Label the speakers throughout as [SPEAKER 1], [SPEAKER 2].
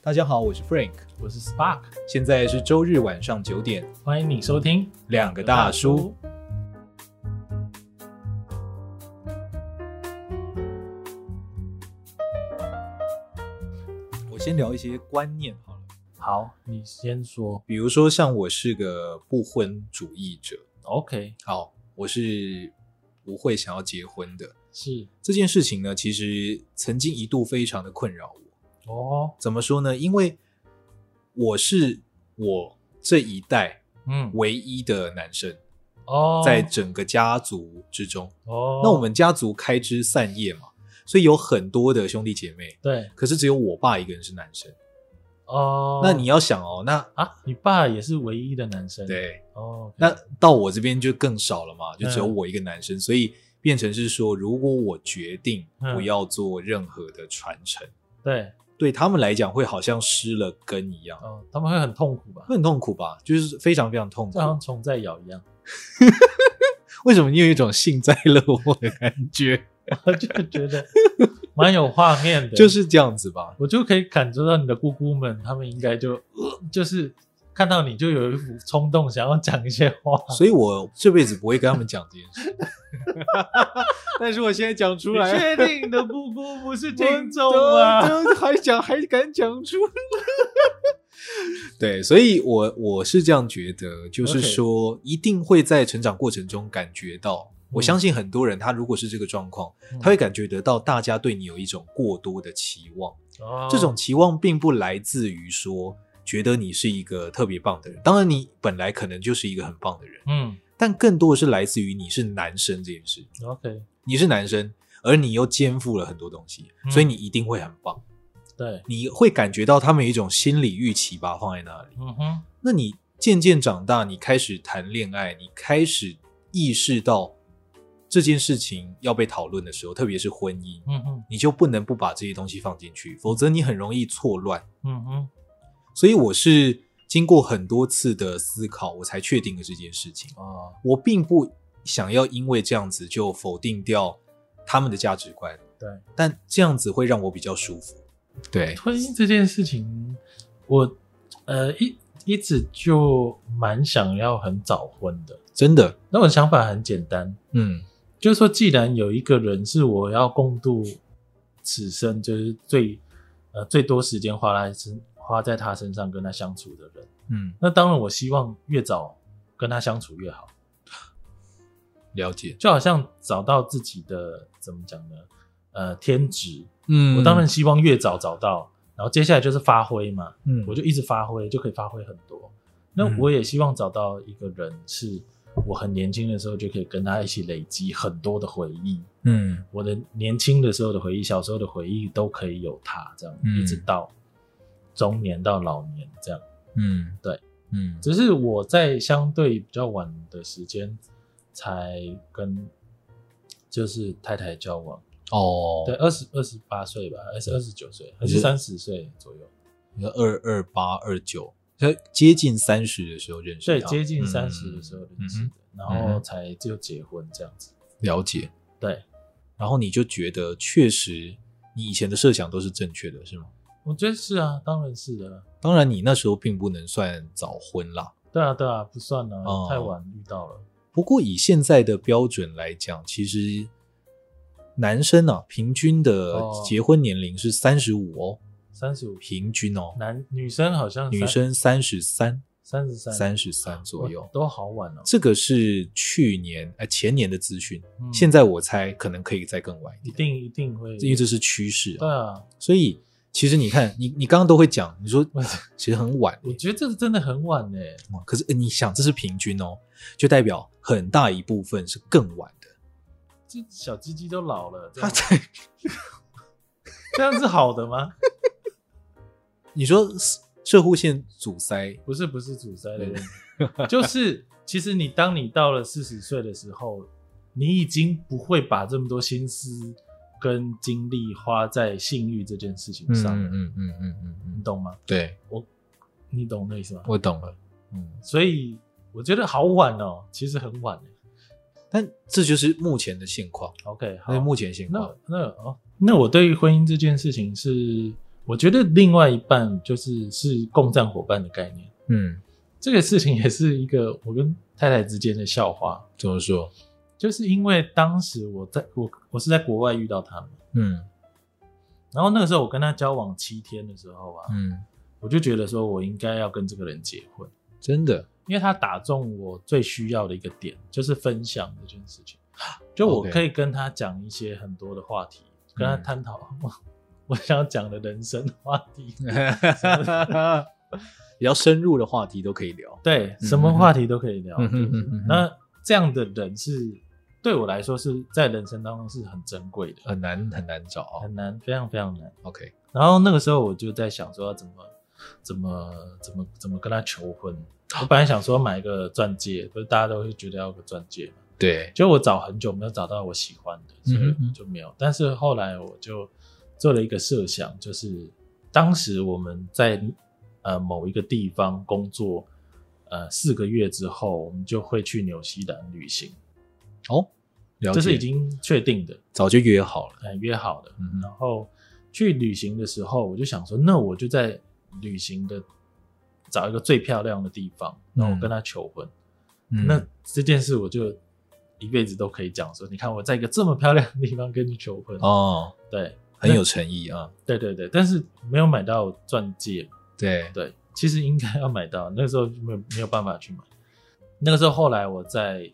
[SPEAKER 1] 大家好，我是 Frank，
[SPEAKER 2] 我是 Spark，
[SPEAKER 1] 现在是周日晚上九点，
[SPEAKER 2] 欢迎你收听
[SPEAKER 1] 两个大叔。我先聊一些观念好了，
[SPEAKER 2] 好，你先说。
[SPEAKER 1] 比如说像我是个不婚主义者，
[SPEAKER 2] OK，
[SPEAKER 1] 好，我是不会想要结婚的。
[SPEAKER 2] 是
[SPEAKER 1] 这件事情呢，其实曾经一度非常的困扰我。
[SPEAKER 2] 哦，
[SPEAKER 1] 怎么说呢？因为我是我这一代
[SPEAKER 2] 嗯，
[SPEAKER 1] 唯一的男生，
[SPEAKER 2] 哦，
[SPEAKER 1] 在整个家族之中。
[SPEAKER 2] 哦，
[SPEAKER 1] 那我们家族开枝散叶嘛，所以有很多的兄弟姐妹，
[SPEAKER 2] 对
[SPEAKER 1] 可是只有我爸一个人是男生。
[SPEAKER 2] 哦，
[SPEAKER 1] 那你要想哦，那
[SPEAKER 2] 啊，你爸也是唯一的男生，
[SPEAKER 1] 对，
[SPEAKER 2] 哦，
[SPEAKER 1] 那到我这边就更少了嘛，就只有
[SPEAKER 2] 嗯
[SPEAKER 1] 我一个男生，所以变成是说，如果我决定
[SPEAKER 2] 嗯
[SPEAKER 1] 不要做任何的传承，
[SPEAKER 2] 对
[SPEAKER 1] 对他们来讲会好像失了根一样，
[SPEAKER 2] 哦，他们会很痛苦吧？
[SPEAKER 1] 会很痛苦吧？就是非常非常痛苦
[SPEAKER 2] 就。好像虫在咬一样，
[SPEAKER 1] 为什么你有一种幸灾乐祸的感觉？
[SPEAKER 2] 我就觉得蛮有画面的，
[SPEAKER 1] 就是这样子吧。
[SPEAKER 2] 我就可以感觉到你的姑姑们，他们应该就、 呃就是看到你就有一股冲动，想要讲一些话。
[SPEAKER 1] 所以我这辈子不会跟他们讲这件 事。 但是我现在讲出
[SPEAKER 2] 你
[SPEAKER 1] 来，
[SPEAKER 2] 确定你的姑姑不是听众
[SPEAKER 1] 我
[SPEAKER 2] 吗？
[SPEAKER 1] 都都还讲还敢讲出来？ 对，所以我我是这样觉得，就是说一定会在成长过程中感觉到。我
[SPEAKER 2] 嗯
[SPEAKER 1] 相信很多人，他如果是这个状况，他会感觉得到大家对你有一种过多的期望。
[SPEAKER 2] 哦
[SPEAKER 1] 这种期望并不来自于说觉得你是一个特别棒的人，当然你本来可能就是一个很棒的人，
[SPEAKER 2] 嗯
[SPEAKER 1] 但更多的是来自于你是男生这件事。
[SPEAKER 2] ，OK，
[SPEAKER 1] 你是男生，而你又肩负了很多东西，
[SPEAKER 2] 嗯
[SPEAKER 1] 所以你一定会很棒。
[SPEAKER 2] 对，
[SPEAKER 1] 你会感觉到他们有一种心理预期吧，放在那里。
[SPEAKER 2] 嗯哼，
[SPEAKER 1] 那你渐渐长大，你开始谈恋爱，你开始意识到这件事情要被讨论的时候，特别是婚姻，
[SPEAKER 2] 嗯哼，
[SPEAKER 1] 你就不能不把这些东西放进去，否则你很容易错乱。
[SPEAKER 2] 嗯哼，
[SPEAKER 1] 所以我是经过很多次的思考，我才确定了这件事情。
[SPEAKER 2] 哦，
[SPEAKER 1] 我并不想要因为这样子就否定掉他们的价值观，
[SPEAKER 2] 对。
[SPEAKER 1] 但这样子会让我比较舒服。对，
[SPEAKER 2] 婚姻这件事情，我呃一一直就蛮想要很早婚的。
[SPEAKER 1] 真的，
[SPEAKER 2] 那我的想法很简单，
[SPEAKER 1] 嗯
[SPEAKER 2] 就是说，既然有一个人是我要共度此生，就是最呃最多时间花在身花在他身上跟他相处的人，
[SPEAKER 1] 嗯，
[SPEAKER 2] 那当然我希望越早跟他相处越好。
[SPEAKER 1] 了解。
[SPEAKER 2] 就好像找到自己的怎么讲呢？呃，天职，
[SPEAKER 1] 嗯
[SPEAKER 2] 我当然，希望越早找到，然后接下来就是发挥嘛，
[SPEAKER 1] 嗯
[SPEAKER 2] 我就一直发挥，就可以发挥很多。那
[SPEAKER 1] 嗯
[SPEAKER 2] 我也希望找到一个人，是我很年轻的时候就可以跟他一起累积很多的回忆，
[SPEAKER 1] 嗯
[SPEAKER 2] 我的年轻的时候的回忆，小时候的回忆都可以有他这样，
[SPEAKER 1] 嗯
[SPEAKER 2] 一直到中年到老年这样。
[SPEAKER 1] 嗯，
[SPEAKER 2] 对，
[SPEAKER 1] 嗯
[SPEAKER 2] 只是我在相对比较晚的时间才跟就是太太交往，
[SPEAKER 1] 哦，
[SPEAKER 2] 对，，二十二十八岁吧，还是二十九岁，还
[SPEAKER 1] 你
[SPEAKER 2] 是
[SPEAKER 1] 是
[SPEAKER 2] 三十岁左右？
[SPEAKER 1] 二二八二九，所以接近三十的时候认识
[SPEAKER 2] 对，
[SPEAKER 1] 他，
[SPEAKER 2] 接近
[SPEAKER 1] 嗯
[SPEAKER 2] 三十的时候认识
[SPEAKER 1] 嗯
[SPEAKER 2] 的
[SPEAKER 1] 哼，
[SPEAKER 2] 然
[SPEAKER 1] 嗯
[SPEAKER 2] 后
[SPEAKER 1] 哼
[SPEAKER 2] 才就结婚这样子。
[SPEAKER 1] 了解。
[SPEAKER 2] 对，
[SPEAKER 1] 然后你就觉得确实你以前的设想都是正确的，是吗？
[SPEAKER 2] 我觉得是啊，当然是的啦。
[SPEAKER 1] 当然，你那时候并不能算早婚啦。
[SPEAKER 2] 对啊，对啊，不算啊，
[SPEAKER 1] 哦
[SPEAKER 2] 太晚遇到了。
[SPEAKER 1] 不过以现在的标准来讲，其实男生啊，平均的
[SPEAKER 2] 哦
[SPEAKER 1] 结婚年龄是三十五哦，
[SPEAKER 2] 三十五，
[SPEAKER 1] 平均哦，
[SPEAKER 2] 男女生好像
[SPEAKER 1] 女生三十三、
[SPEAKER 2] 三十三
[SPEAKER 1] 三啊十三左右。
[SPEAKER 2] 都好晚哦。
[SPEAKER 1] 这个是去年呃前年的资讯，
[SPEAKER 2] 嗯
[SPEAKER 1] 现在我猜可能可以再更晚一
[SPEAKER 2] 一
[SPEAKER 1] 点，
[SPEAKER 2] 定一定会，
[SPEAKER 1] 因为这是趋势、
[SPEAKER 2] 对
[SPEAKER 1] 啊。
[SPEAKER 2] 啊，
[SPEAKER 1] 所以其实你看，你你刚刚都会讲，你说
[SPEAKER 2] 我
[SPEAKER 1] 其实很晚，
[SPEAKER 2] 我觉得这个真的很晚呢。
[SPEAKER 1] 哇可是呃你想这是平均哦，就代表很大一部分是更晚的。
[SPEAKER 2] 这小鸡鸡都老了，这
[SPEAKER 1] 他
[SPEAKER 2] 样
[SPEAKER 1] 在
[SPEAKER 2] 这样是好的吗？
[SPEAKER 1] 你说射护腺阻塞
[SPEAKER 2] 不是不是阻塞的问题， 就是其实你当你到了四十岁的时候，你已经不会把这么多心思跟精力花在性欲这件事情上，
[SPEAKER 1] 嗯嗯嗯嗯
[SPEAKER 2] 你
[SPEAKER 1] 嗯，
[SPEAKER 2] 懂吗？
[SPEAKER 1] 对
[SPEAKER 2] 你懂那意思吗？
[SPEAKER 1] 我懂了。
[SPEAKER 2] 嗯，所以我觉得好晚哦，其实很晚耶。
[SPEAKER 1] 但这就是目前的现况，
[SPEAKER 2] OK，
[SPEAKER 1] 这
[SPEAKER 2] 好
[SPEAKER 1] 是，目前现
[SPEAKER 2] 那
[SPEAKER 1] 况。
[SPEAKER 2] 那哦，那我对于婚姻这件事情是我觉得另外一半就是是共战伙伴的概念，
[SPEAKER 1] 嗯，
[SPEAKER 2] 这个事情也是一个我跟太太之间的笑话，
[SPEAKER 1] 怎么说？
[SPEAKER 2] 就是因为当时我在我我是在国外遇到他们，
[SPEAKER 1] 嗯
[SPEAKER 2] 然后那个时候我跟他交往七天的时候啊，
[SPEAKER 1] 嗯，
[SPEAKER 2] 我就觉得说我应该要跟这个人结婚，
[SPEAKER 1] 真的，
[SPEAKER 2] 因为他打中我最需要的一个点，就是分享这件事 情。就我
[SPEAKER 1] OK 嗯
[SPEAKER 2] 可以跟他讲一些很多的话题，跟他探讨 我我想要讲的人生话题，
[SPEAKER 1] 嗯 比较深入的话题都可以聊。
[SPEAKER 2] 对，
[SPEAKER 1] 嗯
[SPEAKER 2] 什么话题都可以聊。
[SPEAKER 1] 嗯哼嗯
[SPEAKER 2] 就
[SPEAKER 1] 哼嗯
[SPEAKER 2] 是
[SPEAKER 1] 哼
[SPEAKER 2] 那这样的人是对我来说是在人生当中是很珍贵的，
[SPEAKER 1] 很难很难找哦
[SPEAKER 2] 很难，非常非常难。
[SPEAKER 1] OK，
[SPEAKER 2] 然后那个时候我就在想说要怎么怎么怎么怎么跟他求婚。我本来想说买个钻戒，不是大家都会觉得要有个钻戒嘛。
[SPEAKER 1] 对，
[SPEAKER 2] 就我找很久没有找到我喜欢的，
[SPEAKER 1] 嗯
[SPEAKER 2] 所以
[SPEAKER 1] 嗯嗯
[SPEAKER 2] 就没有。但是后来我就做了一个设想，就是当时我们在呃某一个地方工作，呃四个月之后，我们就会去纽西兰旅行，
[SPEAKER 1] 哦，了解
[SPEAKER 2] 这是已经确定的，
[SPEAKER 1] 早就约好了。
[SPEAKER 2] 呃约好的。
[SPEAKER 1] 嗯
[SPEAKER 2] 然后去旅行的时候，我就想说，那我就在旅行的找一个最漂亮的地方，然后我跟她求婚。
[SPEAKER 1] 嗯
[SPEAKER 2] 那这件事我就一辈子都可以讲说，你看我在一个这么漂亮的地方跟你求婚，
[SPEAKER 1] 哦，
[SPEAKER 2] 对
[SPEAKER 1] 很有诚意啊。
[SPEAKER 2] 对对对，但是没有买到钻戒，
[SPEAKER 1] 对，
[SPEAKER 2] 对，其实应该要买到，那个时候就没有没有办法去买。那个时候后来我在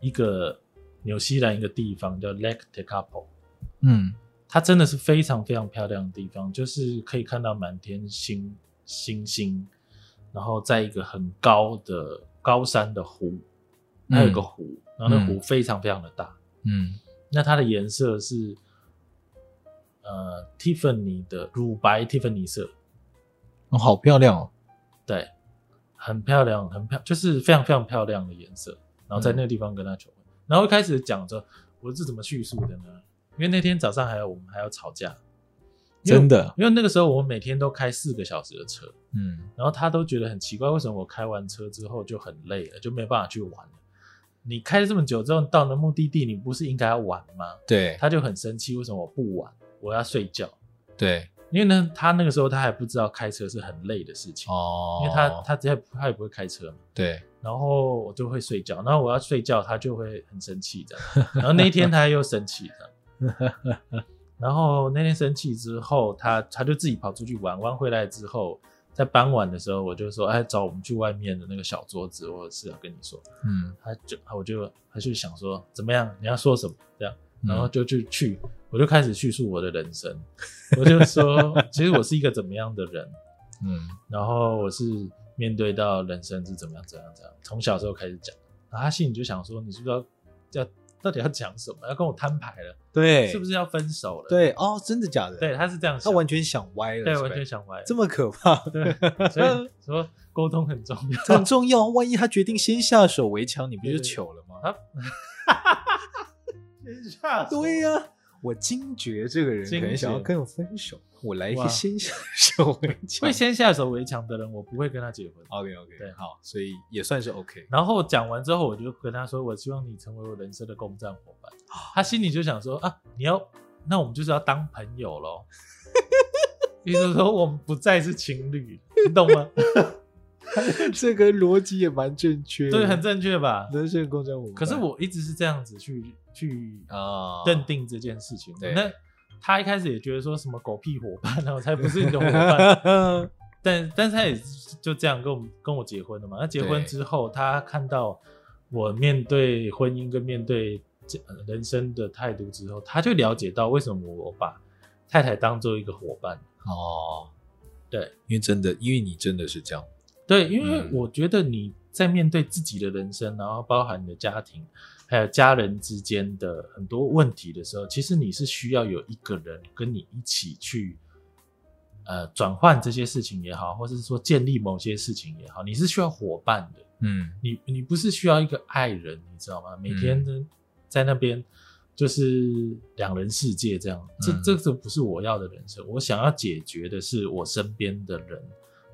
[SPEAKER 2] 一个纽西兰一个地方叫 Lake Tekapo，
[SPEAKER 1] 嗯，
[SPEAKER 2] 它真的是非常非常漂亮的地方，就是可以看到满天星星星，然后在一个很高的高山的湖，它有一个湖，然后那湖非常非常的大，
[SPEAKER 1] 嗯
[SPEAKER 2] 那它的颜色是呃 Tiffany 的乳白 Tiffany 色，
[SPEAKER 1] 哦，好漂亮哦。
[SPEAKER 2] 对，很漂亮，很漂，就是非常非常漂亮的颜色。然后在那个地方跟他求婚，然后一开始讲着我是怎么叙述的呢？因为那天早上还有我们还要吵架，因为
[SPEAKER 1] 真的
[SPEAKER 2] 因为那个时候我每天都开四个小时的车，
[SPEAKER 1] 嗯，
[SPEAKER 2] 然后他都觉得很奇怪，为什么我开完车之后就很累了，就没办法去玩了？你开了这么久之后到了目的地，你不是应该要玩吗？
[SPEAKER 1] 对
[SPEAKER 2] 他就很生气，为什么我不玩？我要睡觉。
[SPEAKER 1] 对，
[SPEAKER 2] 因为呢，他那个时候他还不知道开车是很累的事情，
[SPEAKER 1] 哦，
[SPEAKER 2] 因为他他他也他也不会开车嘛。
[SPEAKER 1] 对，
[SPEAKER 2] 然后我就会睡觉，然后我要睡觉，他就会很生气这样。然后那一天他又生气这样，然后那天生气之后，他他就自己跑出去玩，玩回来之后，在傍晚的时候，我就说，哎，找我们去外面的那个小桌子，我有事要跟你说。
[SPEAKER 1] 嗯，
[SPEAKER 2] 他就我就他就想说，怎么样，你要说什么这样，
[SPEAKER 1] 嗯
[SPEAKER 2] 然后就去去，我就开始叙述我的人生，我就说， 其实我是一个怎么样的人，
[SPEAKER 1] 嗯
[SPEAKER 2] 然后我是面对到人生是怎么样怎么样怎么样，从小时候开始讲，然后他心里就想说，你是不是要要到底要讲什么？要跟我摊牌了，
[SPEAKER 1] 对，
[SPEAKER 2] 是不
[SPEAKER 1] 是？
[SPEAKER 2] 是要分手了？
[SPEAKER 1] 对，哦，真的假的？
[SPEAKER 2] 对，，他是这样
[SPEAKER 1] 他
[SPEAKER 2] 想，
[SPEAKER 1] 完全想歪了，
[SPEAKER 2] 对
[SPEAKER 1] 是不
[SPEAKER 2] 完
[SPEAKER 1] 是
[SPEAKER 2] 全想歪了，
[SPEAKER 1] 这么可怕，
[SPEAKER 2] 对，所以说沟通很重
[SPEAKER 1] 这很
[SPEAKER 2] 要。
[SPEAKER 1] 重要。万一他决定先下手为强，你不就
[SPEAKER 2] 对对
[SPEAKER 1] 糗了吗？
[SPEAKER 2] 下手
[SPEAKER 1] 对呀、我惊觉这个人可
[SPEAKER 2] 惊
[SPEAKER 1] 能想要
[SPEAKER 2] 觉
[SPEAKER 1] 跟我分手，我来一个
[SPEAKER 2] 哇
[SPEAKER 1] 先下手为强
[SPEAKER 2] 会。先下手为强的人，我不会跟他结婚。
[SPEAKER 1] OK OK，
[SPEAKER 2] 对
[SPEAKER 1] 好，所以也算是 OK。
[SPEAKER 2] 然后讲完之后，我就跟他说，我希望你成为我人生的共战伙伴。他心里就想说啊，你要，那我们就是要当朋友喽。意思是说我们不再是情侣，你懂吗？
[SPEAKER 1] 这个逻辑也蛮正确的，
[SPEAKER 2] 对，很正确吧？
[SPEAKER 1] 人生共振舞。
[SPEAKER 2] 可是我一直是这样子去去呃
[SPEAKER 1] 啊，
[SPEAKER 2] 认定这件事情。
[SPEAKER 1] 对
[SPEAKER 2] 那他一开始也觉得说什么狗屁伙伴啊，我才不是你的伙伴。但但是他也就这样跟我们跟我结婚了嘛。那结婚
[SPEAKER 1] 对
[SPEAKER 2] 之后，他看到我面对婚姻跟面对这呃人生的态度之后，他就了解到为什么我把太太当做一个伙伴。
[SPEAKER 1] 哦，
[SPEAKER 2] 对
[SPEAKER 1] 因为真的，因为你真的是这样，
[SPEAKER 2] 对，因为
[SPEAKER 1] 嗯
[SPEAKER 2] 我觉得你在面对自己的人生，然后包含你的家庭，还有家人之间的很多问题的时候，其实你是需要有一个人跟你一起去。呃，转换这些事情也好，或者是说建立某些事情也好，你是需要伙伴的。
[SPEAKER 1] 嗯
[SPEAKER 2] 你你不是需要一个爱人，你知道吗？每天呢在那边就是两人世界这样，这
[SPEAKER 1] 嗯
[SPEAKER 2] 这个不是我要的人生。我想要解决的是我身边的人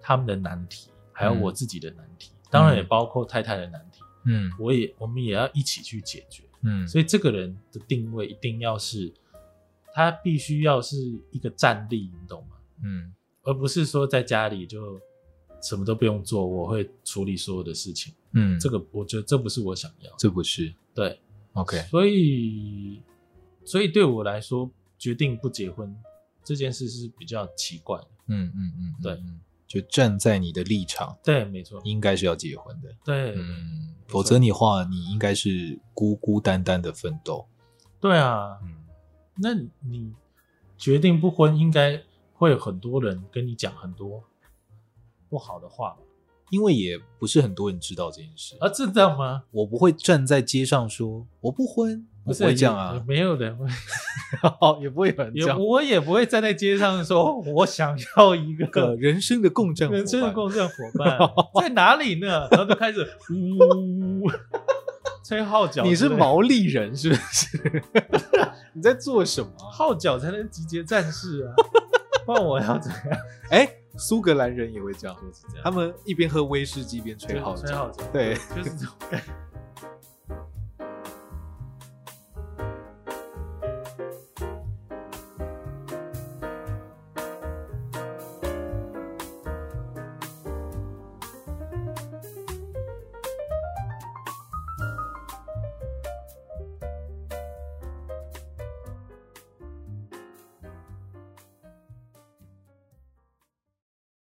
[SPEAKER 2] 他们的难题，还有
[SPEAKER 1] 嗯
[SPEAKER 2] 我自己的难题，当然也包括太太的难题。
[SPEAKER 1] 嗯
[SPEAKER 2] 我也我们也要一起去解决。
[SPEAKER 1] 嗯
[SPEAKER 2] 所以这个人的定位一定要是，他必须要是一个战力，你懂吗？
[SPEAKER 1] 嗯
[SPEAKER 2] 而不是说在家里就什么都不用做，我会处理所有的事情。
[SPEAKER 1] 嗯，
[SPEAKER 2] 这
[SPEAKER 1] 个
[SPEAKER 2] 个我觉得这不是我想要。
[SPEAKER 1] 这不是
[SPEAKER 2] 对
[SPEAKER 1] OK，
[SPEAKER 2] 所以所以对我来说，决定不结婚这件事是比较奇怪的。
[SPEAKER 1] 嗯嗯嗯，
[SPEAKER 2] 对
[SPEAKER 1] 嗯，嗯就站在你的立场，
[SPEAKER 2] 对，没错，
[SPEAKER 1] 应该是要结婚的，
[SPEAKER 2] 对、
[SPEAKER 1] 嗯，否则你的话，你应该是孤孤单单的奋斗，
[SPEAKER 2] 对啊，
[SPEAKER 1] 嗯，
[SPEAKER 2] 那你决定不婚，应该会有很多人跟你讲很多不好的话吧？
[SPEAKER 1] 因为也不是很多人知道这件事，
[SPEAKER 2] 啊，是这样吗？
[SPEAKER 1] 我不会站在街上说我不婚，
[SPEAKER 2] 不
[SPEAKER 1] 我
[SPEAKER 2] 是
[SPEAKER 1] 不会这样
[SPEAKER 2] 也也
[SPEAKER 1] 啊，
[SPEAKER 2] 没有人会，
[SPEAKER 1] 也不会有人
[SPEAKER 2] 也我也不会站在街上说 我想要一
[SPEAKER 1] 个
[SPEAKER 2] 个
[SPEAKER 1] 呃人生的共振伙伴，
[SPEAKER 2] 人生的共振伙 伴在哪里呢？然后就开始 呜，吹号角之类的，
[SPEAKER 1] 你是毛利人是不是？ 你在做什么啊？
[SPEAKER 2] 号角才能集结战士 啊！不然我要怎样？
[SPEAKER 1] 哎，苏格兰人也会这样，
[SPEAKER 2] 就是这样，
[SPEAKER 1] 他们一边喝威士忌一边吹
[SPEAKER 2] 对
[SPEAKER 1] 号
[SPEAKER 2] 吹号
[SPEAKER 1] 角，
[SPEAKER 2] 角，
[SPEAKER 1] 对，
[SPEAKER 2] 就是这种感觉。